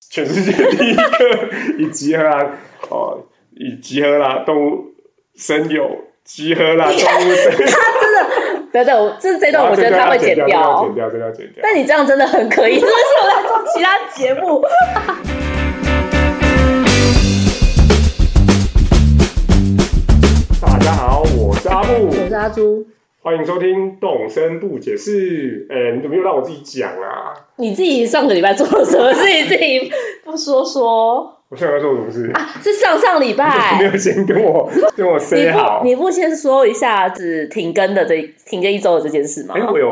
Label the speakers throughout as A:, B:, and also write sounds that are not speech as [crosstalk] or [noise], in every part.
A: 全世界第一个以集合啦哦，以集合啦动物生有集合
B: [laughs]
A: 啦动物生，
B: 等等，我这这段我觉得他会剪
A: 掉，这段要
B: 掉哦
A: 剪。掉，这段要剪掉。
B: 但你这样真的很可疑，这是我在做其他节 [laughs] 目。
A: 大家好，我是阿布，
B: 我是阿朱，
A: 欢迎收听《动声不解释》。哎，你怎么又让我自己讲啊？
B: 你自己上个礼拜做了什么事情？自己不说说
A: 我上来做什么事？
B: 啊？是上上礼
A: 你没
B: 拜。
A: 有先跟
B: [laughs]
A: 我跟我
B: 你
A: say 好
B: 不，。你不先说一下只停更的这停更一周的这件事吗
A: 哎、？我
B: [laughs]
A: 有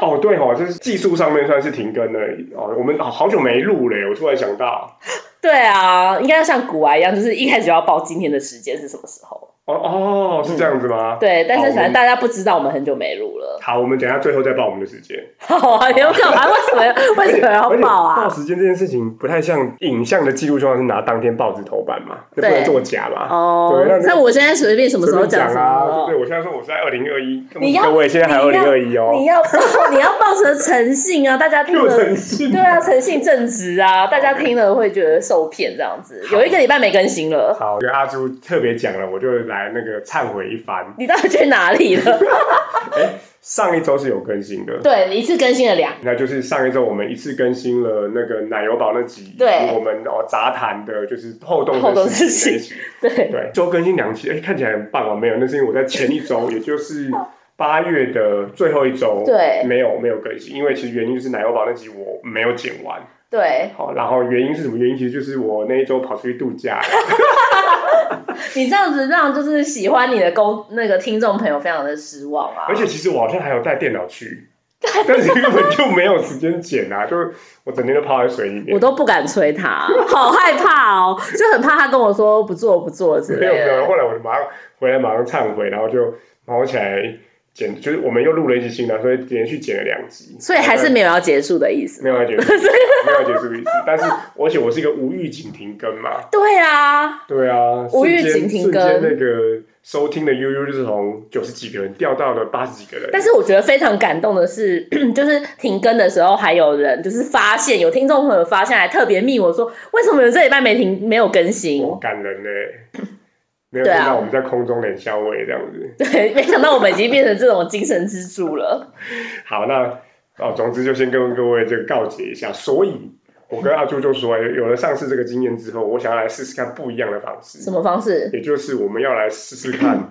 A: 哦，对哦，就是技术上面算是停更了哦。我们好好久没录嘞，我突然想到，
B: 对啊，应该要像古玩一样，就是一开始就要报今天的时间是什么时候。
A: 哦哦，是这样子吗？
B: 对，但
A: 好
B: 是
A: 我
B: 反
A: 们
B: 正大家不知道我们很久没录了。 [laughs]
A: 好，我们等一下最后再报我们的时间。
B: 好啊，你们干嘛？为什么为什么要
A: 而且
B: 报
A: 报
B: 啊？
A: 时间这件事情不太像影像的记录，就像是拿当天报纸头版嘛，那不能
B: 对
A: 作假嘛。
B: 哦
A: 对那，你
B: 那我现在随便什么时候
A: 随便
B: 讲什
A: 讲
B: 么
A: 啊，对
B: 了
A: 不对？我现在说我是在二零二一，
B: 你要
A: 各位现在还二
B: 你
A: 零
B: 要
A: 二一
B: 你
A: 哦，
B: 要抱你要抱着诚信啊，大家听
A: 又诚
B: 了。
A: 信。
B: 对啊，诚信正直啊，大家听了会觉得受骗这样子。
A: 好
B: 有一个礼拜没更新了，
A: 好，因为阿朱特别讲了，我就来那个忏悔一番。哎
B: 你到底去哪里
A: [laughs]
B: 了？
A: 上一周是有更新的，
B: 对，一次更新了两，
A: 那就是上一周我们一次更新了那个奶油堡那集，
B: 对
A: 以及我们哦杂谈的就是后动
B: 后动
A: 的事情那
B: 事
A: 一集，
B: 对
A: 对，周更新两期，哎，看起来很棒哦，没有，那是因为我在前一
B: [laughs]
A: 周，也就是八月的最后一周，
B: 对
A: 没有没有更新，因为其实原因就是奶油堡那集我没有剪完，
B: 对。
A: 好，然后原因是什么原因？其实就是我那一周跑出去度
B: [laughs]
A: 假了，
B: 你这样子让就是喜欢你的公那个听众朋友非常的失望啊
A: 而。且其实我好像还有带电脑去。但是根本就没有时间剪啊， [laughs] 就是我整天都泡在水里面
B: 我。都不敢催他，好害怕哦，就很怕他跟我说不做不做之
A: [laughs] 没有
B: 类
A: 没有，
B: 的。
A: 后来我就马上回来，马上忏悔，然后就毛起来剪，就是我们又录了一集新的，所以连续剪了两集，
B: 所以还是没有要结束的意思。
A: 没有要结束，
B: [laughs]
A: 没有要结束的意思。但是而且我是一个无预警停更嘛，
B: 对啊，
A: 对啊，
B: 无预警停更
A: 瞬间瞬间那个收听的悠悠就是从九十几个人掉到了八十几个人，
B: 但是我觉得非常感动的是， [clears throat] 就是停更的时候，还有人就是发现有听众朋友发现，还特别密我说，为什么有这礼拜没停没有更
A: 我
B: 新？
A: 感人呢、
B: [laughs]
A: 没有
B: 对
A: 听
B: 啊
A: 到我们在空中冷笑味这样子。
B: 对，没想到我们已经变成这种精神支
A: [laughs]
B: 柱了。
A: 好，那哦，总之就先跟各位这个告解一下。所以，我跟阿朱就说，有有了上次这个经验之后，我想要来试试看不一样的方式，
B: 什么方式？
A: 也就是我们要来试试
B: 嗯
A: 看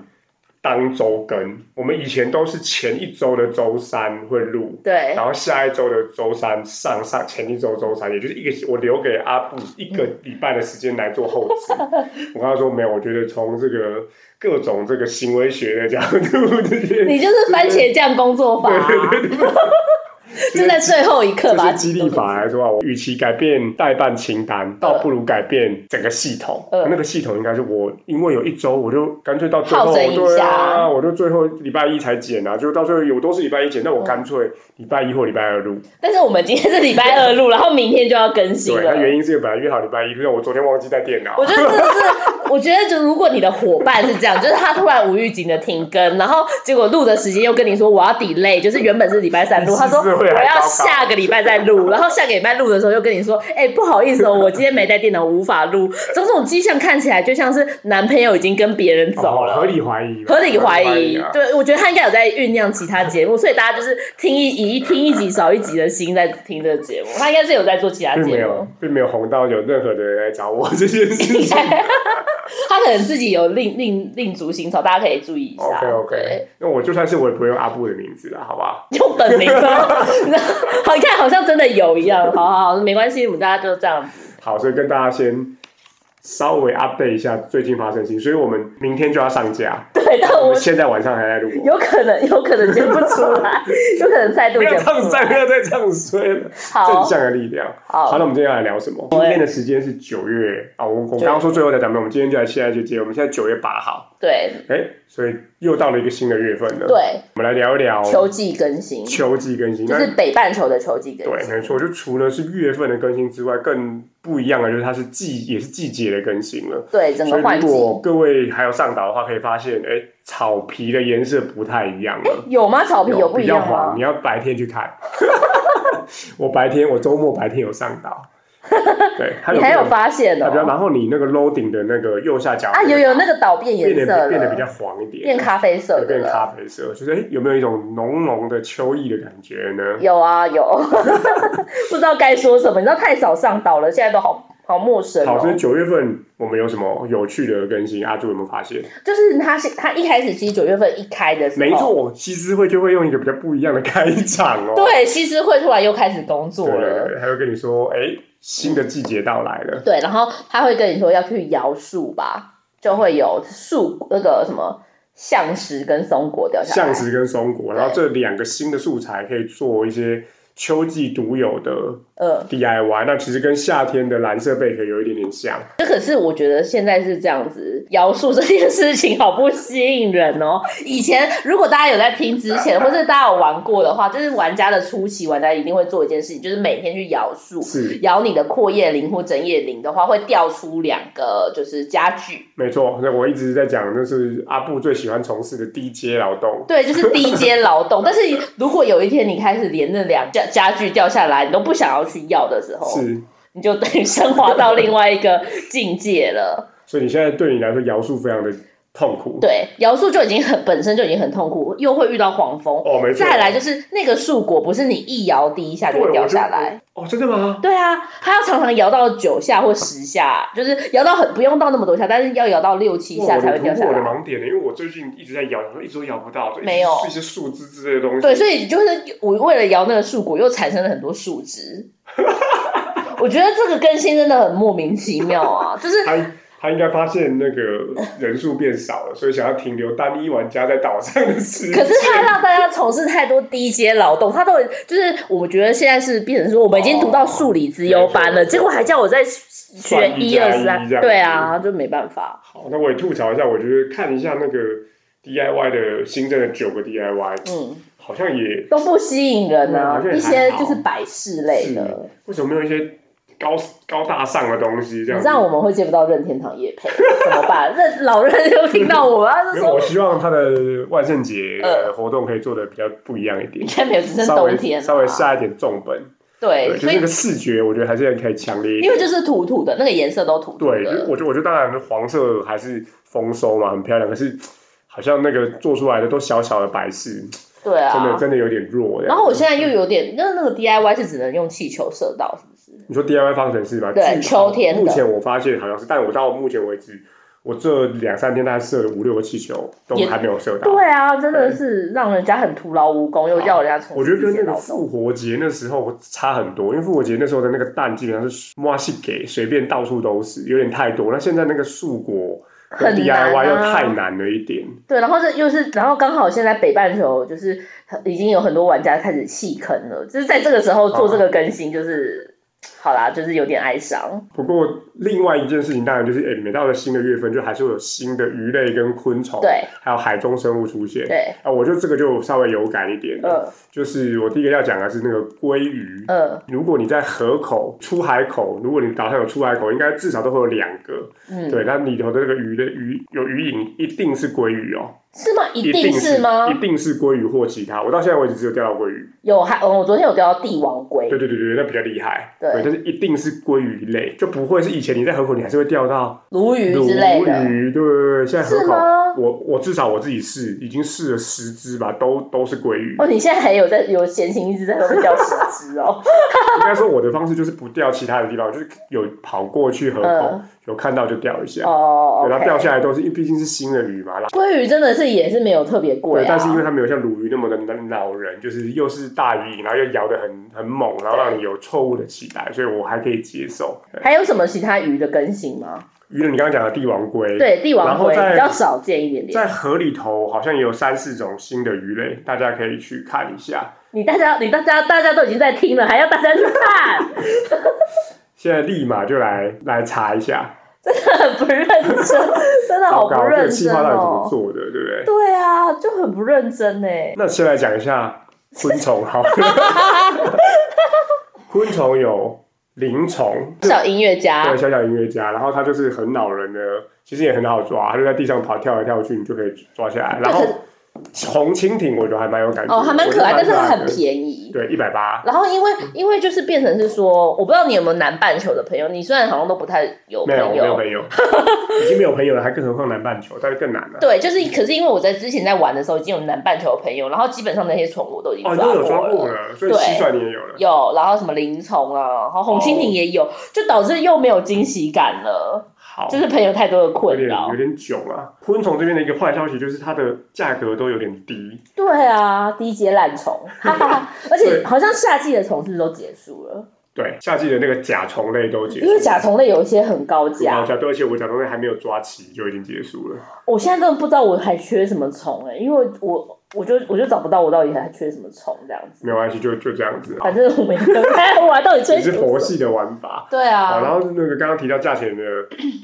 A: 当周更。我们以前都是前一周的周三会录。
B: 对
A: 然后下一周的周三上上前一周周三，也就是一个我留给阿布一个
B: 嗯
A: 礼拜的时间来做后置。我跟他说没有，我觉得从这个各种这个行为学的角度， [laughs] 这些
B: 你就是番茄酱工作法、啊， [laughs] 就在最后一刻
A: 这
B: 把
A: 些激励法来说啊，我与其改变代办清单，倒
B: 呃
A: 不如改变整个系统。啊
B: 嗯
A: 那个系统应该是我，因为有一周我就干脆到最后，
B: 耗损一
A: 对
B: 下
A: 啊，我就最后礼拜一才剪啊，就到最后有都是礼拜一剪，
B: 嗯
A: 那我干脆礼拜一或礼拜二录。
B: 但是我们今天是礼拜二录，然后明天就要更新
A: 对，
B: 了
A: 那。原因是因为本来约好礼拜一，因为我昨天忘记带电脑
B: 我。觉得这是，我觉得就如果你的伙伴是这样，就是他突然无预警的停更，然后结果录的时间又跟你说我要 delay，就是原本是礼拜三录，
A: 你
B: 他
A: 是
B: 说
A: 不是
B: 我
A: 会来
B: 要
A: 糟糕
B: 下个礼拜再录，然后下个礼拜录的时候又跟你说，哎、不好意思哦，我今天没带电脑，无法录。种种迹象看起来就像是男朋友已经跟别人走
A: 哦合
B: 了。
A: 理怀疑，
B: 合理怀疑，
A: 啊
B: 对，我觉得他应该有在酝酿其他节目，所以大家就是听一以一听一集少一集的心在听这个节目，他应该是有在做其他
A: 并没
B: 节目
A: 有。，并没有红到有任何的人来找我这件事
B: [laughs]
A: 情。
B: 他可能自己有另另另足新潮，大家可以注意一下。
A: OK
B: 对
A: OK，那我就算是我也不会用阿布的名字了，好不好？
B: 用本名吗？ [laughs] 好，你看好像真的有一样。好好，好没关系，我们大家就这样。
A: 好，所以跟大家先稍微 update 一下最近发生的事情，所以我们明天就要上架，
B: 对，但
A: 我
B: 我
A: 们现在晚上还在录。
B: 有可能有可能剪不出
A: [laughs]
B: 来，有可能再度
A: 不
B: 剪
A: 要
B: 不
A: 这样子，
B: 出
A: 不
B: 来。
A: 要再这样衰了。正
B: 好，
A: 向的力量。
B: 好
A: 好，那我们今天要来聊什么？今天的时间是九月啊，我我刚刚说最后才讲到，我们今天就来现在就接，我们现在九月八号，
B: 对
A: 哎，所以又到了一个新的月份了。，
B: 对，
A: 我们来聊一聊
B: 球季更新，
A: 秋季更新。
B: 就
A: 那
B: 是北半球的球季更
A: 对，
B: 新。
A: 没错，就除了是月份的更新之外，更不一样的就是它是季也是季节的更新了。
B: 对，整
A: 所
B: 个
A: 以
B: 换
A: 如
B: 季
A: 果各位还有上岛的话，可以发现，哎，草皮的颜色不太一样了，
B: 有吗？草哎皮有不
A: 比
B: 一
A: 较
B: 样
A: 黄。
B: 吗
A: [laughs]
B: [laughs]
A: 你？要白天去看。我白天，我周末白天有上岛，对，它
B: 你还有
A: 变
B: 发现
A: 它比较
B: 哦？
A: 然后你那个 loading 的那个右下角
B: 啊，有有那个岛变
A: 变得
B: 颜色
A: 比
B: 了，
A: 变得比较黄一点，
B: 变咖啡色
A: 对
B: 的
A: 变
B: 了
A: 咖啡色，就是哎有没有一种浓浓的秋意的感觉呢？
B: 有啊有， [laughs] 不知道该说什么，你知道太少上岛了，现在都好好陌生
A: 好，所以
B: 哦。
A: 九月份我们有什么有趣的更新？阿朱有没有发现？
B: 就是他是他一开始其实九月份一开的时候，
A: 没，错，西施会就会用一个比较不一样的开场哦。
B: 对，西施会突然又开始工作
A: 对对
B: 了。
A: 对，他会跟你说，哎，新的季节到来了。
B: 对，然后他会跟你说要去摇树吧，就会有树那个什么橡石跟松果掉下来。
A: 橡实跟松果，
B: 对
A: 然后这两个新的素材可以做一些秋季独有的
B: 嗯，
A: DIY，那其实跟夏天的蓝色贝壳有一点点像。
B: 这可是我觉得现在是这样子，摇树这件事情好不吸引人哦。 [laughs] 以前如果大家有在听之
A: [laughs]
B: 前，或者大家有玩过的话，就是玩家的初期，玩家一定会做一件事情，就是每天去摇树。
A: 是，
B: 摇你的阔叶林或针叶林的话，会掉出两个就是家具，
A: 没错。那我一直在讲，这是阿布最喜欢从事的低阶劳动。
B: 对，就是低阶劳
A: [laughs]
B: 动。但是如果有一天你开始连那两家家具掉下来，你都不想要去要的时候，
A: 是，
B: 你就等于升华到另外一个境界了。
A: 所以你现在对你来说摇树非常的痛苦。
B: 对，摇树就已经很本身就已经很痛苦，又会遇到黄蜂。
A: 哦，没错。
B: 再来就是那个树果不是你一摇第一下就
A: 对
B: 会
A: 我
B: 掉
A: 就
B: 下来，
A: 哦，真的吗？
B: 对啊，它要常常摇到九下或十下，就是摇到很不用到那么多下，但是要摇到六七
A: 哇
B: 下
A: 我
B: 才会
A: 突
B: 掉
A: 破
B: 下
A: 我的
B: 来。
A: 盲点了，因为我最近一直在摇，然后一直都摇不到，就一直
B: 没有
A: 是一些树枝之类的东西。
B: 对，所以就是我为了摇那个树果，又产生了很多树枝。
A: [laughs]
B: 我觉得这个更新真的很莫名其妙啊，就是
A: 他他应该发现那个人数变少了，所以想要停留单一玩家在岛上的时
B: 可是他让大家从事太多低阶劳动，他都就是我觉得现在是变成说我们已经读到数理之优班了，
A: 哦
B: 结果还叫我在学
A: 算一
B: 一
A: 加
B: 二
A: 一
B: 三，
A: 这样
B: 对啊，就没办法。
A: 好，那我也吐槽一下，我觉得看一下那个 DIY 的新增的九个 DIY，
B: 嗯，
A: 好像也
B: 都不吸引人啊，
A: 嗯
B: 一些就是摆饰类的，
A: 为什么没有一些高高大上的东西这
B: 你
A: 样
B: 知
A: 子？
B: 道我们会接不到任天堂夜配，怎么办？任老任又听到我们，他就
A: 没
B: 说
A: 有，我希望他的万圣节
B: 呃
A: 活动可以做的比较不一样一点
B: 应，该没有，只剩
A: 稍
B: 冬
A: 微
B: 天、啊、
A: 稍微下一点重本，
B: 对，
A: 对，就
B: 所
A: 是那
B: 以
A: 个视觉，我觉得还是可以强烈一点。
B: 因为就是土土的那个颜色都土土
A: 对，就
B: 的，
A: 我觉得我觉得当然黄色还是丰收嘛，很漂亮，可是好像那个做出来的都小小的摆饰，
B: 对
A: 真的
B: 啊。
A: 真的有点弱。
B: 然后我现在又有点，那那个 DIY 是只能用气球射到，是不是？
A: 你说 DIY 方程式吗？
B: 对
A: 据说
B: 秋天的
A: 目前我发现好像是，但我到目前为止，我这两三天大概射了五六个气球，都
B: 也
A: 还没有射到。
B: 对啊，真的是让人家很徒劳无功，又叫人家从
A: 我觉得跟那个
B: 劳动。
A: 复活节那时候差很多，因为复活节那时候的那个蛋基本上是哇西给随便到处都是，有点太多。那现在那个树果跟
B: 很难
A: DIY 又
B: 啊
A: 太难了一点。
B: 对，然后这又是，然后刚好现在北半球就是很已经有很多玩家开始弃坑了，就是在这个时候做这个更新，就是、好啦，就是有点哀伤。
A: 不过，另外一件事情当然就是，哎，每到了新的月份，就还是会有新的鱼类跟昆虫，
B: 对
A: 还有海中生物出现。
B: 对，
A: 啊，我就这个就稍微有感一点了。
B: 嗯
A: 就是我第一个要讲的是那个鲑鱼。
B: 嗯
A: 如果你在河口、出海口，如果你岛上有出海口，应该至少都会有两个。
B: 嗯，
A: 对，那里头的那个鱼的鱼有鱼影，一定是鲑鱼哦，
B: 是吗？一
A: 定
B: 定是吗？
A: 一定是鲑鱼或其他。我到现在为止只有钓到鲑鱼。
B: 有还，嗯，我昨天有钓到帝王龟
A: 对，对对对，那比较厉害。
B: 对
A: 但是一定是鲑鱼类，就不会是以前你在河口，你还是会钓到
B: 鲈鱼
A: 鲈
B: 之类的，
A: 鱼，对现在河
B: 是
A: 口，
B: 吗？
A: 我我至少我自己试，已经试了十只吧，都都是鲑鱼。 [laughs]
B: 哦，你现在还有在有闲情逸致在那边钓十只哦，
A: 应该说我的方式就是不钓其他的地方，就是有跑过去河口，
B: 嗯，
A: [laughs] 有看到就钓一下。
B: 哦
A: 对，它掉
B: ，OK，
A: 下来都是，因为毕竟是新的鱼嘛，然后
B: 鲑鱼真的是也是没有特别贵
A: 对，但是因
B: 啊，
A: 为它没有像鲈鱼那么的恼人，就是又是大鱼瘾，然后又咬得很很猛，然后让你有错误的期待，所以我还可以接受。
B: 还有什么其他鱼的更新吗？
A: 鱼你刚刚讲的帝王鲑，，
B: 对，帝王龟
A: 然后再
B: 比较少见一点点。
A: 在河里头好像也有三四种新的鱼类，大家可以去看一下。
B: 你大家，你大家，大家都已经在听了，还要大家去看，
A: 现在立马就来来查一下，
B: 很 [laughs] 不认真，真的好
A: 糟
B: 不
A: 糕，这个
B: 认
A: 计
B: 真
A: 划到底怎么
B: 哦。
A: 做的，对不对？
B: 对啊，就很不认真哎。
A: 那先来讲一下昆虫
B: [laughs]
A: 好了，昆虫有灵虫，
B: 小音乐家
A: 对，，小小音乐家，然后它就是很恼人的，其实也很好抓，它就在地上跑跳来跳去，你就可以抓下来。然后红蜻蜓我觉得还蛮有感觉的，
B: 哦，还蛮可爱，但是它很
A: 宜，
B: 便宜。
A: 对，一百八，
B: 然后因为因为就是变成是说，我不知道你有没有南半球的朋友，你虽然好像都不太有
A: 没
B: 朋
A: 有没有
B: 友，
A: 朋
B: [laughs]
A: 友，已经没有朋友了，还更何况南半球，但是更难了。
B: 对，就是可是因为我在之前在玩的时候已经有南半球的朋友，然后基本上那些宠物都已经
A: 哦，
B: 抓
A: 你都有抓
B: 过
A: 过
B: 了。
A: 了，所以蟋蟀你也有了。
B: 有，然后什么灵虫啊，然后红蜻
A: 哦
B: 蜓也有，就导致又没有惊喜感了，
A: 好，
B: 就是朋友太多的
A: 有
B: 困
A: 点
B: 扰
A: 哦有。点囧啊。昆虫这边的一个坏消息就是它的价格都有点低，
B: 对啊，低阶
A: [laughs]
B: 烂虫， [laughs] 哈哈哈。而且好像夏季的虫是不是都结束了？
A: 对，夏季的那个甲虫类都结束，
B: 因为甲虫类有一些很高价，
A: 甲对，而啊且我甲虫类还没有抓齐就已经结束了。
B: 我现在真的不知道我还缺什么虫哎、因为我我就我就找不到我到底还缺什么虫这样子。
A: 没有关系，就就这样子。
B: 反正我没有 [laughs] 看我还到底
A: 只
B: 缺什
A: 是
B: 么
A: 佛
B: 虫。
A: 系的玩法。
B: 对
A: 好，然
B: 啊，
A: 后那个刚刚提到价钱的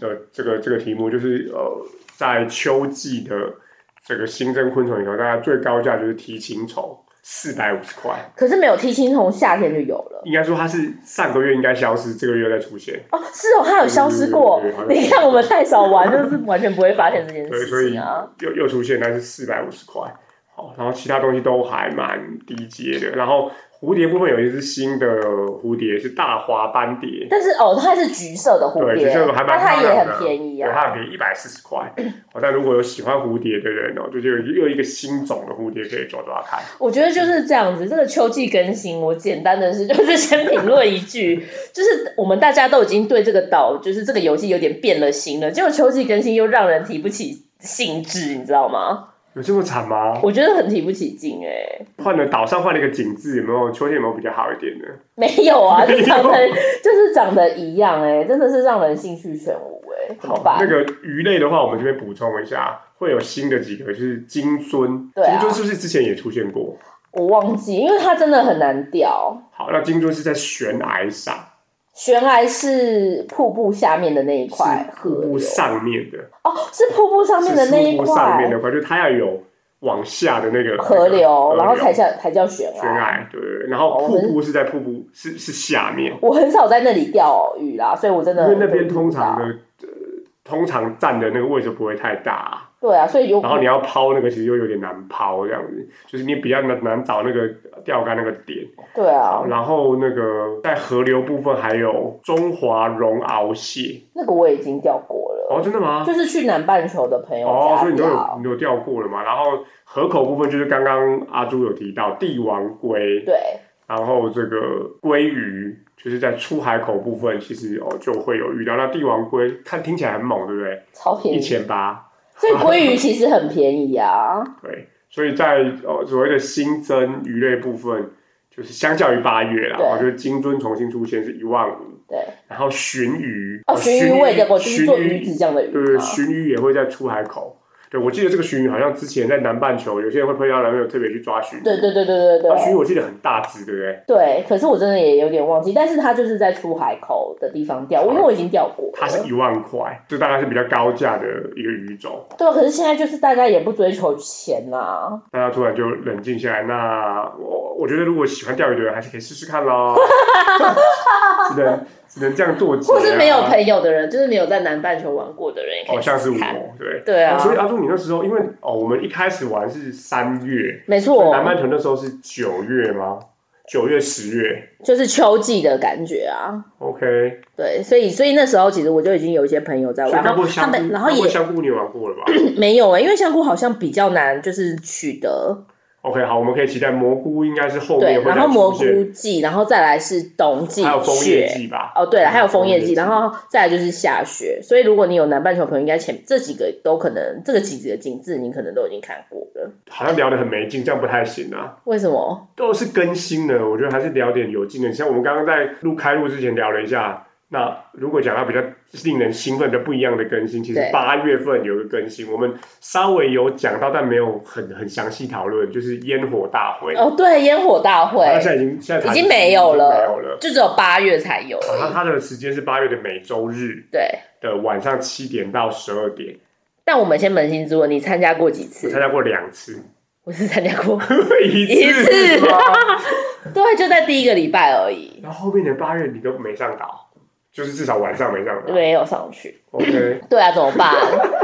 A: 的这个这个题目，就是呃，在秋季的这个新增昆虫里头，大家最高价就是提琴虫，四百五十块。
B: 可是没有提青虫，夏天就有了。
A: 应该说它是上个月应该消失，这个月再出现。
B: 哦，是哦，它有消失过
A: 对对。对对
B: 你看我们太少玩，就是完全不会发现这件
A: 对，所
B: 事
A: 以
B: 情啊。
A: 又又出现，但是四百五十块。好，然后其他东西都还蛮低阶的。然后蝴蝶部分有一只新的蝴蝶是大花斑蝶，
B: 但是哦，它是橘色的蝴
A: 对，
B: 蝶，
A: 其实还
B: 那
A: 蛮
B: 它
A: 漂
B: 也
A: 亮的
B: 很便宜
A: 对，
B: 啊。
A: 它很便宜，一百四十块。哦，但如果有喜欢蝴蝶的人哦，就是有又一个新种的蝴蝶可以抓抓看。
B: 我觉得就是这样子，这个秋季更新，我简单的是就是先评论一句， [laughs] 就是我们大家都已经对这个岛，就是这个游戏有点变了心了，结果秋季更新又让人提不起兴致，你知道吗？
A: 有这么惨吗？
B: 我觉得很提不起劲哎、
A: 换了岛上换了一个景致，有没有秋天有没有比较好一点呢？
B: 没有
A: [laughs]
B: 啊，
A: 没
B: 就
A: 有
B: 长得就是长得一样哎、真的是让人兴趣全无哎、怎么办？
A: 那个鱼类的话，我们这边补充一下，会有新的几个，就是金樽。
B: 对啊
A: 金樽是不是之前也出现过？
B: 我忘记，因为它真的很难钓。
A: 好，那金樽是在悬崖上，
B: 悬崖是瀑布下面的那一块
A: 是
B: 河
A: 瀑布
B: 流
A: 上面的，
B: 哦，是瀑布上面的
A: 是
B: 那一
A: 瀑布上面
B: 块
A: 的块，就它要有往下的那个
B: 河流，然后才
A: 下
B: 叫才叫悬
A: 悬
B: 崖。
A: 崖，对对对。然后
B: 哦
A: 瀑布是在瀑布是是下面，
B: 我很少在那里钓鱼啦，所以我真
A: 因
B: 的
A: 为那边通常
B: 不知道
A: 的呃通常站的那个位置不会太大，
B: 对啊，所以有
A: 然后你要抛那个其实又有点难抛这样子，就是你比较难难找那个钓竿那个点。
B: 对啊，
A: 然后那个在河流部分还有中华绒螯蟹，
B: 那个我已经钓过了，
A: 哦，真的吗？
B: 就是去南半球的朋友
A: 哦，所以
B: 家
A: 你都有
B: 钓，
A: 你都有钓过了嘛？然后河口部分就是刚刚阿朱有提到帝王龟，
B: 对，
A: 然后这个鲑鱼，就是在出海口部分，其实哦就会有遇到。那帝王龟看听起来很猛，对不对？
B: 超便
A: 一
B: 宜，
A: 千八，
B: 所以鲑鱼其实很便宜啊，
A: 对。所以在哦所谓的新增鱼类部分，就是相较于八月啦，
B: 对
A: 我觉得金樽重新出现是一万五，
B: 对，
A: 然后鲟鱼，
B: 哦，鲟鱼我也钓过，就是
A: 鲟
B: 做
A: 鱼
B: 鱼子酱的
A: 对
B: 鱼
A: 对，
B: 嘛，
A: 鲟鱼也会在出海口。对，我记得这个鲟鱼好像之前在南半球，有些人会碰到男朋友特别去抓鲟鱼。
B: 对对对对对
A: 啊，鲟鱼
B: 对。
A: 我记得很大只，对不对？
B: 对，可是我真的也有点忘记，但是它就是在出海口的地方钓，因为我已经钓过了。
A: 它是一万块，这大概是比较高价的一个鱼种。
B: 对啊，可是现在就是大家也不追求钱啦、
A: 大家突然就冷静下来，那我我觉得如果喜欢钓鱼的人，还是可以试试看喽。只能只能这样做、啊，
B: 或是没有朋友的人，就是没有在南半球玩过的人，也可以
A: 哦，像是
B: 试试看
A: 我，对。哦
B: 对啊，
A: 所以阿杜，你那时候因为哦，我们一开始玩是三月，
B: 没
A: 所以南
B: 错，
A: 半球那时候是九月吗？九月、十月，
B: 就是秋季的感觉啊。
A: OK，
B: 对，所以所以那时候其实我就已经有一些朋友在
A: 所以
B: 玩，
A: 该
B: 然
A: 不
B: 后
A: 会
B: 他
A: 香
B: 们
A: 菇，
B: 然后
A: 该不会
B: 也
A: 香菇你有玩过了吧
B: 没有哎、因为香菇好像比较难就是取得，
A: ？OK，好，我们可以期待蘑菇应该是后
B: 对
A: 面，会
B: 然
A: 再
B: 后蘑
A: 出现，
B: 菇季，然后再来是冬季
A: 还有枫叶
B: 雪。
A: 季吧？
B: 哦，对了，还有枫叶季，然
A: 后
B: 后再来就是下雪，所以如果你有南半球朋友，应该前这几个都可能，这个几个景致你可能都已经看过了。
A: 好像聊得很没劲，这样不太行啊。
B: 为什么？
A: 都是更新的，我觉得还是聊点有劲的。像我们刚刚在录开录之前聊了一下，那如果讲到比较令人兴奋的不一样的更新，其实
B: 对
A: 八月份有一个更新，我们稍微有讲到，但没有很很详细讨论，就是烟火大会。
B: 哦，对，烟火大
A: 那
B: 会
A: 现在已经现在谈
B: 已经没有
A: 已经没
B: 了
A: 有啊了。
B: 就只有八月才有而
A: 它
B: 已。
A: 它的时间是八月的每周日，
B: 对，
A: 的晚上七点到十二点，
B: 但我们先扪心自问，你参加过几
A: 我
B: 次
A: 参？加过两次， [laughs]
B: 我是参加过
A: 一
B: 一次
A: 是吗
B: [laughs] 对，就在第一个礼拜而已，
A: [laughs] 然后后面的八月你都没上岛，就是至少晚上没上岛。
B: 没有上去。
A: OK， [laughs]
B: 对啊，怎么办？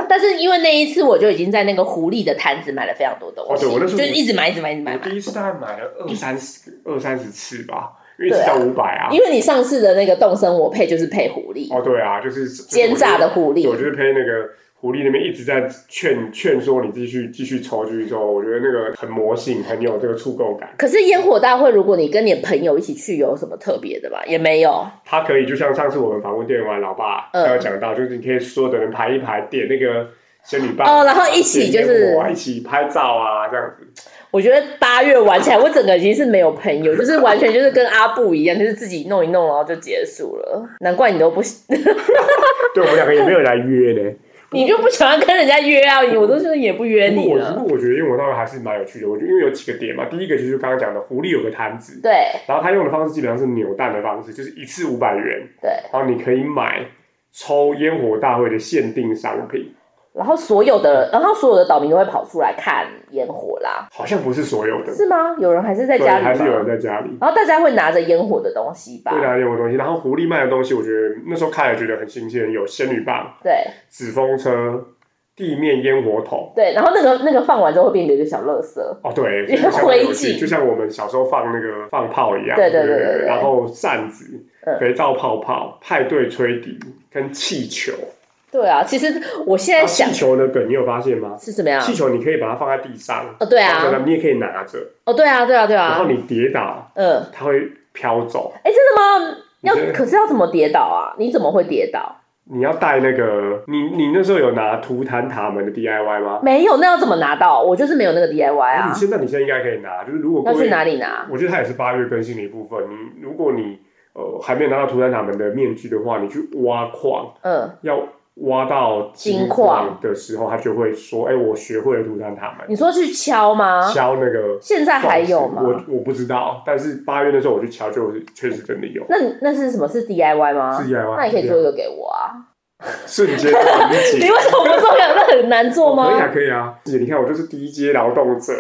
B: 但是因为那一次我就已经在那个狐狸的摊子买了非常多东西，
A: 哦对我那时候
B: 就一直买，一直买，一直买
A: 我
B: 买。
A: 第一次大概买了二三十二三十次吧，因为一次要五百啊。
B: 因为你上次的那个动身我配就是配狐狸，
A: 哦，对啊，就是
B: 奸诈的狐
A: 我
B: 狸。
A: 就是陪那个狐狸那边一直在劝劝说你继续继续抽，继续抽。我觉得那个很魔性，很有这个触动感。
B: 可是烟火大会，如果你跟你的朋友一起去，有什么特别的吧？也没有。
A: 它可以就像上次我们访问电玩老爸，
B: 嗯
A: 他有讲到，就是你可以所有的人排一排，点那个仙女棒
B: 哦然后一起
A: 点
B: 就是
A: 烟火啊一起拍照啊，这样子。
B: 我觉得八月玩起来，我整个已经是没有朋友，就是完全就是跟阿布一样，就是自己弄一弄，然后就结束了。难怪你都不，
A: 对我们两个也没有来约呢。
B: [laughs] 你就不喜欢跟人家约啊，我都是也不约
A: 不过
B: 你
A: 我
B: 了。
A: 不过我觉得，因为我当然还是蛮有趣的。我觉得因为有几个点嘛，第一个就是刚刚讲的，狐狸有个摊子，
B: 对
A: 然后他用的方式基本上是扭蛋的方式，就是一次五百元，
B: 对，
A: 然后你可以买抽烟火大会的限定商品，
B: 然后所有的，然后所有的岛民都会跑出来看烟火啦，
A: 好像不是所有的，
B: 是吗？有人还是在
A: 对，
B: 家里
A: 还是有人
B: 吗？
A: 在家里。
B: 然后大家会拿着烟火的东西吧
A: 对？啊拿烟火东西，然后狐狸卖的东西，我觉得那时候看了觉得很新鲜，有仙女棒、
B: 对
A: 纸风车、地面烟火筒。
B: 对，然后那个那个放完之后会变成一个小乐色，
A: 哦，
B: [laughs]
A: 对，
B: 一
A: 非
B: 个
A: 常有
B: 灰
A: 趣
B: 烬
A: 就像我们小时候放那个放炮一样，
B: 对对
A: 对
B: 对对对
A: 然后扇子、
B: 嗯
A: 肥皂泡泡、派对吹笛跟气球。
B: 对啊，其实我现
A: 然
B: 在
A: 后气
B: 想
A: 球的梗你有发现吗？
B: 是怎么样？
A: 气球你可以把它放在地上，
B: 哦，对
A: 放在
B: 啊，
A: 那你也可以拿着，
B: 哦，对啊，对啊，对
A: 然后
B: 啊，
A: 你跌倒，
B: 嗯，
A: 它会飘走。
B: 哎，真的吗？要
A: 你觉得
B: 可是要怎么跌倒啊？你怎么会跌倒？
A: 你要带那个，你你那时候有拿图坦塔门的 DIY 吗？
B: 没有，那要怎么拿到？我就是没有那个 DIY
A: 你
B: 啊。
A: 现在你现在应该可以拿，就是如果
B: 要
A: 各
B: 去
A: 位，
B: 哪里拿？
A: 我觉得它也是八月更新的一部分。你如果你呃还没有拿到图坦塔门的面具的话，你去挖矿，
B: 嗯，
A: 要挖到
B: 金
A: 金矿的时候，它就会说，哎，我学会了图坦塔门，
B: 你说去敲吗？
A: 敲那个
B: 现在啊还有吗？
A: 我我不知道，但是八月那时候我去瞧，就是确实真的有，
B: 那你那是什么？是 DIY 吗
A: 是？DIY。
B: 那你可以做一个给我啊。 [laughs]
A: 瞬间理
B: 你
A: 解。
B: 为什么不做？那很难做吗
A: 可以？啊，可以啊。你看，我就是第一阶劳动者。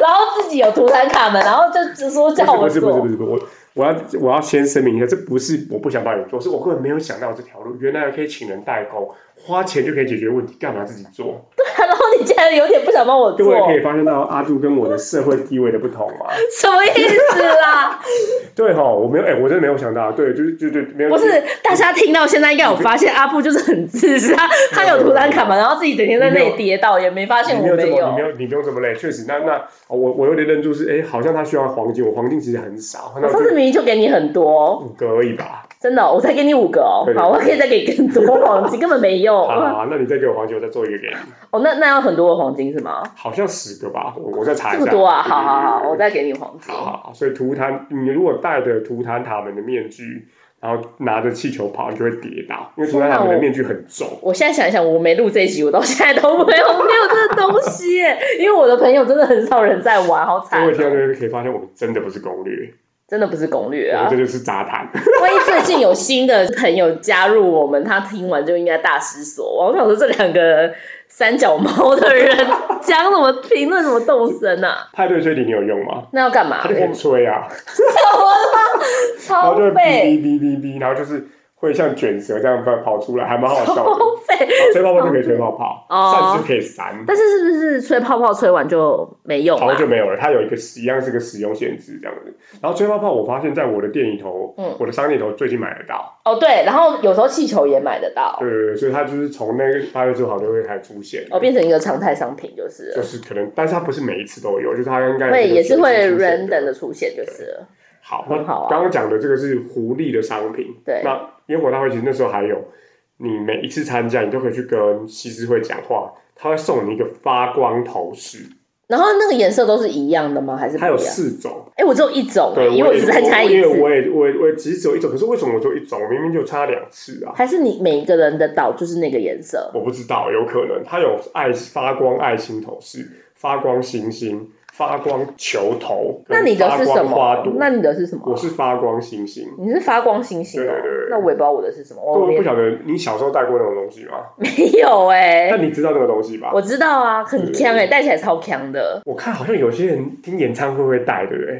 B: 然后自己有图坦卡门，然后就只说叫我
A: 不是不是不
B: 做。
A: 是不是，我我要我要先声明一下，这不是我不想帮你做，是我根本没有想到这条路，原来可以请人代工，花钱就可以解决问题，干嘛自己做？
B: [laughs] 然后你竟然有点不想帮我
A: 各
B: 做
A: 位，可以发现到阿杜跟我的社会地位的不同嘛？
B: 什么意思啦？
A: 对哈，我没有，哎、我真的没有想到，对，就是就就没有。
B: 不是，大家听到现在应该有发现，阿布就是很自私，他他有图坦卡门，然后自己整天在那里跌倒，也没发现
A: 你
B: 我
A: 没有这么，你
B: 有
A: 没。有，你不用这么累，确实。那那哦我我有点愣住是，哎，好像他需要黄金，我黄金其实很少，那
B: 我
A: 我
B: 上次
A: 就
B: 明明就给你很多，
A: 五个而已吧。
B: 真的，我才给你五个哦
A: 对。对
B: 好，我可以再给更多黄金，根本没用。
A: 好啦，好啦那你再给我黄金，我再做一个给你，
B: 哦，那那要很多的黄金是吗？
A: 好像十个吧，我我再查一下。
B: 这么多啊！
A: 对
B: 好好好，
A: 对对
B: 我。
A: 对
B: 再给你黄金
A: 好。好好，所以图坦，你如果戴着图坦塔门的面具，然后拿着气球跑，你就会跌倒，因为图坦塔门的面具很重。
B: 我现在想一想，我没录这一集，我到现在都没有没有这个东西耶，因为我的朋友真的很少人在玩，好
A: 各
B: 惨
A: 位听到
B: 哦，
A: 这边可以发现，我们真的不是攻略，
B: 真的不是攻略
A: 我
B: 啊
A: 们这。就是杂 [laughs] 谈。
B: 万一最近有新的朋友加入我们，他听完就应该大失所望。我想说这两个三脚猫的人讲什么评论什么动身啊？ [laughs]
A: 派对推理你有用吗？
B: 那要干嘛？
A: 它就可以
B: 我
A: 吹啊，然
B: 超
A: 后就会哔
B: 费
A: 哔哔哔哔，然后就是会像卷蛇这样跑跑出来，还蛮 [laughs] 好笑的。
B: 超费。
A: 然后吹泡泡就可以吹泡泡，
B: 哦
A: 扇子可以扇，
B: 但是是不是吹泡泡吹完就没用啊
A: 好
B: 了、
A: 像就没有了。它有一个一样是个使用限制这样子。然后吹泡泡，我发现在我的店里头，
B: 嗯
A: 我的商店头最近买得到，
B: 哦，对，然后有时候气球也买得到，
A: 对对对，所以它就是从那个八月之后好像会开始出现。
B: 哦，变成一个常态商品就是
A: 就
B: 了，
A: 是可能，但是它不是每一次都有，就是它应该
B: 会也是会
A: 有一个选
B: random
A: 择
B: 的出现就是了。
A: 好，
B: 很好啊
A: 刚刚讲的这个是狐狸的商品，
B: 对
A: 那烟火大会其实那时候还有，你每一次参加，你都可以去跟西施会讲话，他会送你一个发光头饰，
B: 然后那个颜色都是一样的吗？还是不
A: 它
B: 一
A: 有
B: 样？
A: 四种。
B: 哎，我只有一种，
A: 对，
B: 因为
A: 我
B: 我只参加一
A: 因为
B: 次。
A: 我也我也我也其实只有一种，可是为什么我只有一种？明明就差两次啊！
B: 还是你每一个人的岛就是那个颜色？
A: 我不知道，有可能它有爱发光爱心头饰、发光星星、发光球头，
B: 那你的
A: 发
B: 是什
A: 光花朵
B: 么？那你的是什么？
A: 我是发光星星。
B: 你是发光星星哦
A: 对对对对，
B: 那我也不知道我的是什么，
A: 各
B: 我
A: 位不
B: 哦连
A: 晓得你小时候戴过那种东西吗？
B: 没有哎、
A: 但你知道这个东西吧？
B: 我知道啊，很
A: 对
B: 强哎、戴起来超强的，
A: 我看好像有些人听演唱会会带，对不对？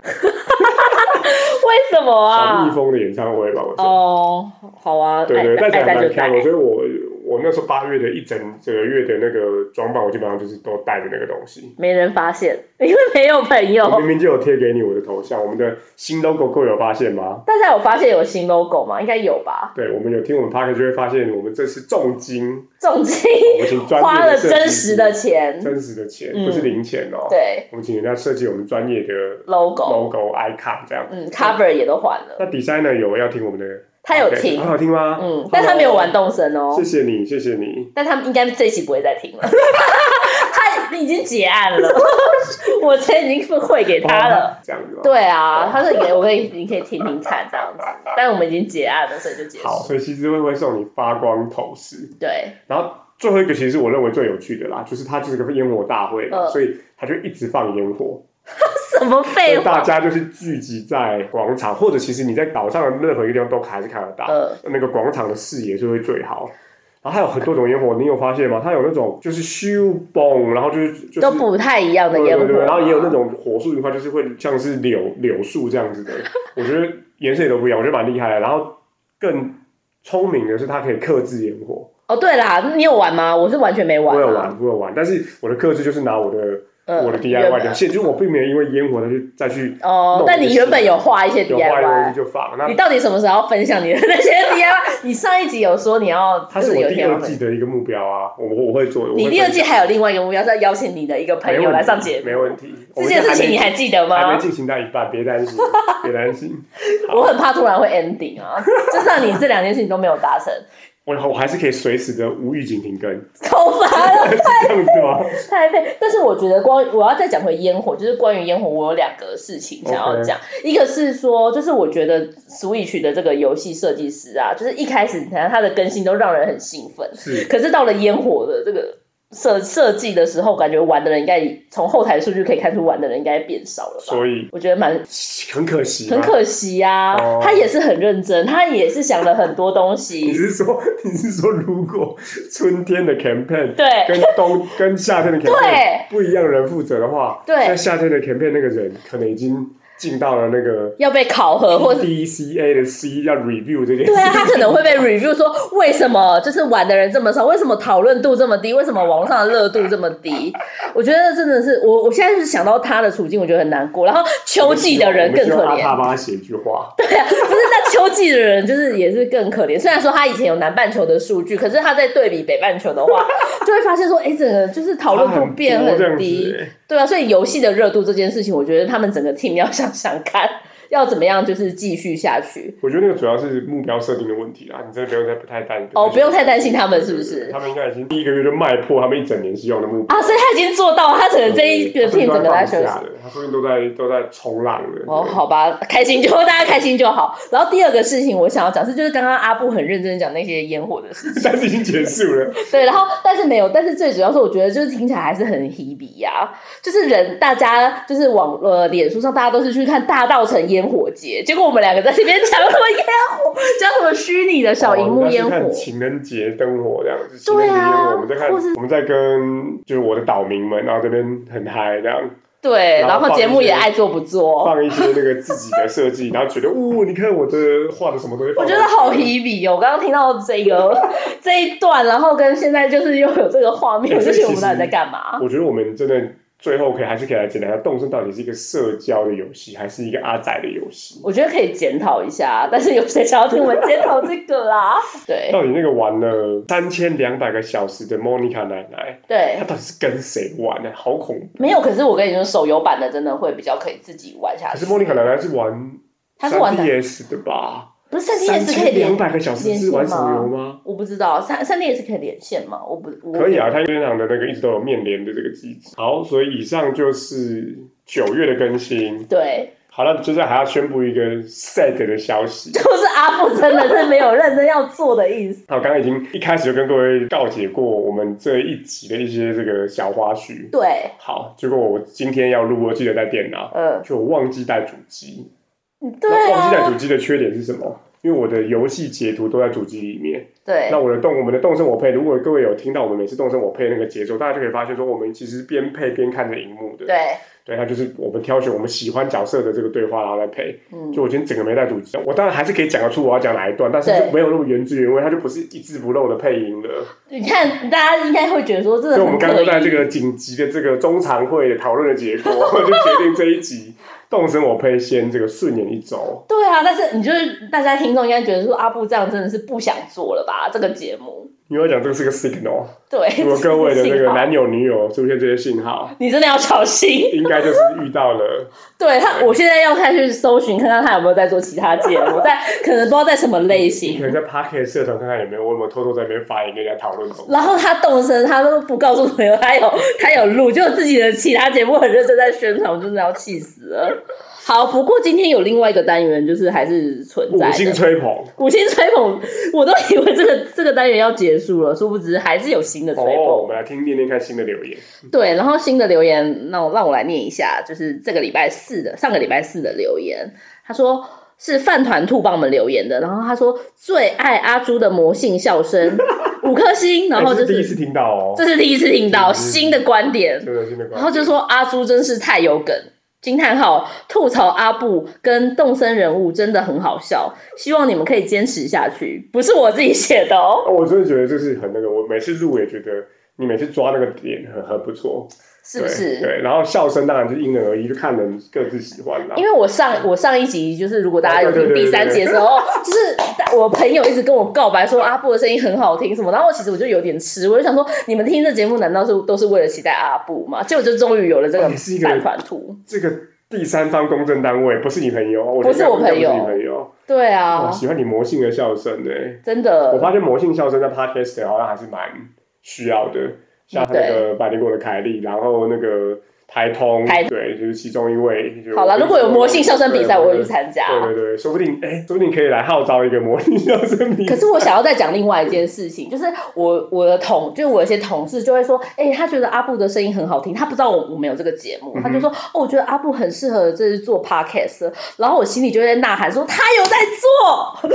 B: 为什么
A: 小蜜
B: 啊？
A: 蜂的演唱会吧，我觉得。
B: 哦，好啊，
A: 对对，但
B: 爱爱
A: 是还
B: 戴
A: 蛮
B: 就戴
A: 看，的，所以我我那时候八月的一整整个月的那个装扮，我基本上就是都带着那个东西。
B: 没人发现， [laughs] 因为没有朋
A: 我
B: 友。
A: 明明就有贴给你我的头像，我们的新 logo 各位有发现吗？
B: 大家有发现有新 logo 吗？应该有吧。
A: [laughs] 对，我们有听我们 p a r k 就会发现，我们这次重金，
B: 重金
A: 哦我们请专业
B: 花了
A: 设计师
B: 真实的钱，
A: 真实的钱，
B: 嗯
A: 不是零钱哦。，
B: 对
A: 我们请人家设计我们专业的
B: logo，
A: logo icon 这样。
B: 嗯，cover 也都换了，
A: 那 designer 有要听我们的，
B: 他有
A: podcast，
B: 听
A: 很，好听吗？
B: 嗯，但他没有玩动森哦
A: 谢，谢你，谢谢你。
B: 但他们应该这期不会再听了， [laughs] 他已经结案了， [laughs] 我钱已经汇给他了。
A: 哦，这样子哦。
B: 对啊，他是给我可以，你可以听听看这样子，但我们已经结案了，所以就结
A: 好，
B: 束。
A: 所以西之会不会送你发光头饰？
B: 对，
A: 然后最后一个其实是我认为最有趣的啦，就是它就是个烟火大会嘛，
B: 嗯
A: 所以它就一直放烟火，
B: 什
A: 所
B: 么废
A: 以大
B: 话？
A: 家就是聚集在广场，或者其实你在岛上的任何一个地方都还是看得到，
B: 嗯
A: 那个广场的视野就会最好。然后它有很多种烟火，你有发现吗？它有那种就是咻嘣，然后就是就是
B: 都不太一样的
A: 对
B: 烟火
A: 对对，
B: 啊，
A: 然后也有那种火树云块，就是会像是柳柳树这样子
B: [laughs]
A: 的，我觉得颜色也都不一样，我觉得蛮厉害的。然后更聪明的是，它可以克制烟火。
B: 哦，对啦，你有玩吗？我是完全没玩、
A: 我
B: 啊。
A: 有玩，我有玩，但是我的克制就是拿我的、
B: 嗯，
A: 我的 DIY
B: 原
A: 的线，就是我并没有因为烟火再去再去
B: 哦
A: 弄，
B: 但你原本有画一些
A: 有坏的东西
B: DIY，
A: 就放。那
B: 你到底什么时候要分享你的那些 DIY？你上一集有说你要，
A: 它
B: 就是是
A: 我
B: 有一
A: 第
B: 天要
A: 二
B: 分
A: 季的一个目标啊，我我会做。我会
B: 你第二季还有另外一个目标是要邀请你的一个朋友来上节目，
A: 没问题。
B: 这件事情你还记得
A: 还没
B: 吗？
A: 进行到一半，别担
B: [laughs]
A: 心，别担心。好
B: 我很怕突然会 ending 啊， [laughs] 就算你这两件事情都没有达成，
A: 我我还是可以随时的无预警停更， [laughs] 是
B: 好烦啊，
A: 这样子
B: [laughs]
A: 吗？
B: 太累。但是我觉得光我要再讲回烟火，就是关于烟火，我有两个事情想要讲一个是说，就是我觉得 Switch 的这个游戏设计师啊，就是一开始你看它的更新都让人很兴奋，
A: 是
B: 可是到了烟火的这个设设计的时候，感觉玩的人应该从后台数据可以看出，玩的人应该变少了吧？
A: 所以
B: 我觉得蛮
A: 很可惜吗。
B: 很可惜呀、
A: 哦
B: 他也是很认真，他也是想了很多东
A: 你
B: 西。
A: 是说你是说如果春天的 campaign
B: 对
A: 跟冬跟夏天的 campaign
B: 对
A: 不一样人负责的话，
B: 对
A: 那夏天的 campaign 那个人可能已经进到了那个
B: 要被考核，呃
A: [laughs]
B: 或者
A: DCA 的 C 要 review 这件事
B: 对。啊，他可能会被 review 说为什么就是玩的人这么少，为什么讨论度这么低，为什么网络上的热度这么低？我觉得真的是我，我现在是想到他的处境，我觉得很难过。然后秋季的人更可
A: 我们希望阿
B: 怜
A: 他，帮他写一句话，
B: 对啊，不是那秋季的人就是也是更可怜。虽然说他以前有南半球的数据，可是他在对比北半球的话，就会发现说，哎，整个就是讨论度变
A: 他很多这
B: 很
A: 样子
B: 低。
A: 欸
B: 对啊，所以游戏的热度这件事情，我觉得他们整个 team 要想想看， [laughs] 要怎么样就是继续下去。
A: 我觉得那个主要是目标设定的问题啦，你真的不用太不太担心。
B: 哦，不用太担心他们是不是
A: 他？们应该已经第一个月就卖破他们一整年希望的目标。
B: 啊，所以他已经做到了，他整个这一个
A: 他说
B: team
A: 不定
B: 整
A: 都
B: 个
A: 在
B: 在
A: 放假
B: 休息。
A: 了，他说不定都在都在冲浪了。
B: 哦，
A: 对
B: 好吧，开心就 [laughs] 大家开心就好。然后第二个事情我想要讲是，就是刚刚阿布很认真地讲那些烟火的事情。
A: 但是已经结束了。
B: 对，然后但是没有，但是最主要是我觉得就是听起来还是很 hebe 呀、就是人大家就是网呃脸书上大家都是去看大道城烟火节，结果我们两个在这边讲什么烟火，讲什么虚拟的小荧幕烟
A: 哦我
B: 火
A: 们在。看情人节灯火这样子，情人
B: 对
A: 节
B: 啊
A: 烟火，我们在看，我们在跟就是我的岛民们，然后这边很嗨这样，
B: 对，
A: 然
B: 然
A: 后
B: 后节目也爱做不做，
A: 放一些那个自己的设计，然后觉得，呜，你看我的画的什么东西，
B: 我觉得好 hebe 哦。我刚刚听到这个这一段，然后跟现在就是又有这个画面，
A: 哎
B: 我
A: 所
B: 就
A: 以
B: 觉得我
A: 其
B: 们到底
A: 实
B: 在干嘛？
A: 我觉得我们真的最后可以还是可以来简单一下，动身到底是一个社交的游戏，还是一个阿仔的游戏？
B: 我觉得可以检讨一下，但是有谁想要听我们检讨这
A: [laughs]
B: 个啦？对
A: 到底那个玩了三千两百个小时的 Monica 奶奶，
B: 对
A: 她，到底是跟谁玩呢、好恐怖！
B: 没有，可是我跟你说，手游版的真的会比较可以自己玩下
A: 可是
B: 去。
A: Monica 奶奶是玩
B: 他是玩的
A: 3DS 的吧？
B: 不是三 DS 可以
A: 千两
B: 连？
A: 百个小时是玩手游吗？
B: 我不知道，三三 DS 可以连线吗？我不，我
A: 可以啊，它因为银行的那个一直都有面连的这个机制。好，所以以上就是九月的更新。
B: 对， [laughs]
A: 好了，接下来还要宣布一个 sad 的消息。
B: 就是阿布真的是没有认真要做的意思。
A: 好，刚刚已经一开始就跟各位告解过我们这一集的一些这个小花絮。
B: 对，
A: 好，结果我今天要录，我记得带电脑，
B: 嗯，
A: 就我忘记带主机。
B: 对
A: 那忘记带
B: 啊
A: 主，机的缺点是什么？因为我的游戏截图都在主机里面。那
B: 对，
A: 我的动我们的动声我配，如果各位有听到我们每次动声我配那个节奏，大家就可以发现说我们其实边配边看着荧幕的。
B: 对，
A: 对，它就是我们挑选我们喜欢角色的这个对话，然后来配。
B: 嗯，
A: 就我今天整个没带主机，我当然还是可以讲得出我要讲哪一段，但是
B: 对
A: 就没有那么原汁原味，它就不是一字不漏的配音了。
B: 你看大家应该会觉得说，
A: 所
B: 真
A: 以
B: 的
A: 我们
B: 很
A: 刚刚
B: 可
A: 在
B: 疑。
A: 这个紧急的这个中常会的讨论的结果， [laughs] 就决定这一集动身我配先这个顺延一周。
B: 对啊，但是你就是大家听众应该觉得说阿布这样真的是不想做了吧？这个节目，
A: 因为我讲这个是个
B: [laughs]
A: signal，
B: 对，
A: 如果各位的这
B: [laughs] 信
A: 个
B: 号
A: 男友女友出现这些信号，
B: 你真的要小心。
A: 应该就是遇到了。
B: 对他，我现在要开始搜寻看看他有没有在做其他节目，但可能不知道在什么类
A: 你可
B: 型。
A: 能在 Pocket 社团看看有没有，我有没有偷偷在那边发言跟人家讨论什么。
B: 然后他动身，他都不告诉朋友，他有他有录，就自己的其他节目很认真在宣传，我真的要气死了。好，不过今天有另外一个单元，就是还是存在
A: 五
B: 的。
A: 星吹捧
B: 五星吹捧，我都以为这个这个单元要结束了，殊不知还是有新的吹捧。
A: 哦，我们来听念念看新的留言。
B: 对，然后新的留言，那我让我来念一下，就是这个礼拜四的，上个礼拜四的留言，他说是饭团兔帮我们留言的，然后他说最爱阿朱的魔性
A: [laughs]
B: 笑声，五颗星，然后
A: 哎
B: 就
A: 这是第一
B: 是
A: 次听到哦，
B: 这是第一次听到
A: 嗯
B: 新的观点，
A: 真的是那个。
B: 然后就说阿朱真是太有梗。惊叹号！吐槽阿布跟动森人物真的很好笑，希望你们可以坚持下去。不是我自己写的哦，
A: 哦，我真的觉得这是很那个，我每次录也觉得你每次抓那个点很很不错，
B: 是不
A: 对
B: 是？
A: 对，然后笑声当然就因人而异，就看人各自喜欢啦
B: 因。为我上我上一集就是，如果大家有
A: 哦
B: 听
A: 对对对
B: 第三集的时候，就是 [laughs] 我朋友一直跟我告白说阿布的声音很好听什么，然后其实我就有点吃，我就想说你们听这节目难道是都是为了期待阿布吗？结果就终于有了这
A: 哦
B: 个
A: 你是一个
B: 饭团图，
A: 这个第三方公证单位不是你朋友，我觉得
B: 不是我朋友
A: 不是你朋友。
B: 对
A: 我
B: 啊，
A: 喜欢你魔性的笑声哎，
B: 真
A: 我
B: 的，
A: 发现魔性笑声在 podcast 好像还是蛮需要的，像那个百灵果的凯莉，然后那个台通，
B: 台
A: 对，就是其中一位。就
B: 好了，如果有魔性笑声比赛，
A: 对
B: 我会去参加。啊
A: 对对对，说不定哎，说不定可以来号召一个魔性笑声比赛
B: 可。是我想要再讲另外一件事情， [laughs] 就是我我的同，就是我有些同事就会说，哎、他觉得阿布的声音很好听，他不知道我我们有这个节目，他就说，哦，我觉得阿布很适合这是做 podcast，的然后我心里就会在呐喊说，他有在做，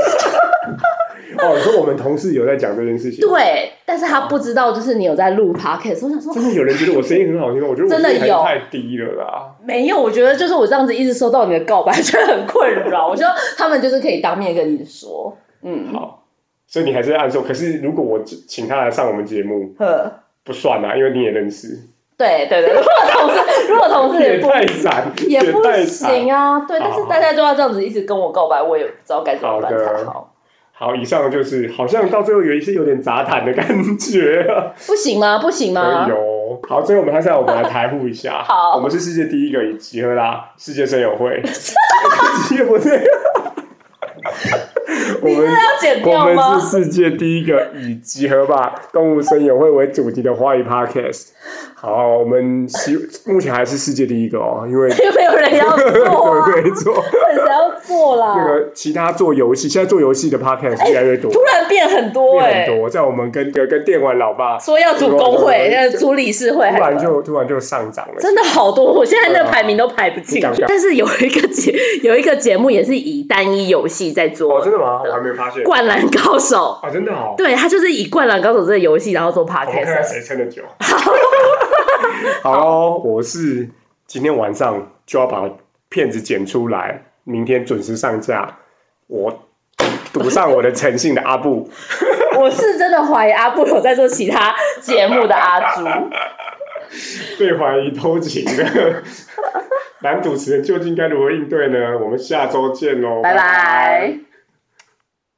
A: 哦，你说我们同事有在讲这件事情，
B: 对，但是他不知道就是你有在录 podcast，我想
A: [laughs]
B: 说
A: 真的有人觉得我声音很好听吗？我觉得我
B: 真的
A: 声音还是
B: 有
A: 太低了啦。
B: 没有，我觉得就是我这样子一直收到你的告白，觉得很困扰，我希望他们就是可以当面跟你说，嗯，
A: 好，所以你还是按说，可是如果我请他来上我们节目，
B: 呵，
A: 不算啊，因为你也认识，
B: 对对对，如果同事如果同事也
A: 也
B: 不
A: 太散，
B: 也不
A: 太散。
B: 行啊，对，
A: 好
B: 但是
A: 好
B: 大家都要这样子一直跟我告白，我也不知道该怎么办才
A: 好
B: 好，
A: 好，以上就是好像到最后有一些有点杂谈的感觉
B: [laughs]
A: 啊，
B: 不行吗？不行
A: 可
B: 吗
A: 以？哦。好，最后我们还是要我们来台呼一下。
B: 啊 [laughs] 好
A: 我们是世界第一个以集合啦世界声友
B: [laughs]
A: 会，集合不对，我
B: 你真
A: 们
B: 的要 [laughs] 剪
A: 我
B: 掉
A: 们
B: 吗？
A: 是世界第一个以集合吧动物声友会为主题的华语 podcast。好，我们希目前还是世界第一个哦，
B: [laughs]
A: 因为
B: 又没有人要
A: [laughs]
B: 做啊，
A: 对没错，
B: 谁要做
A: 那
B: 啦？
A: 个其他做游戏，现在做游戏的 podcast 越来越多，
B: 突然变很多
A: 越
B: 哎、
A: 很多。在我们跟跟电玩老爸突
B: 说要组工会，
A: 对
B: 要组理事会，还
A: 然就突嗯然就上涨了。
B: 真的好多，我现在那个排名都排不进
A: 对啊
B: 去。但是有一个节有一个节目也是以单一游戏在
A: 哦，
B: 做，
A: 真的吗？我还没有发现。
B: 灌篮高手》，
A: 啊，真的哦。
B: 对他就是以《灌篮高手》这个游戏，然后做
A: 我们看
B: podcast
A: 看。谁撑得
B: [laughs]
A: 久。 [laughs] 好喽，我是今天晚上就要把片子剪出来，明天准时上架。我赌上我的诚信的阿
B: [laughs]
A: 布，
B: 我是真的怀疑阿布有在做其他节目的阿朱，
A: 被怀疑偷情
B: [laughs]
A: 的男主持人究竟该如何应对呢？我们下周见喽，
B: 拜拜。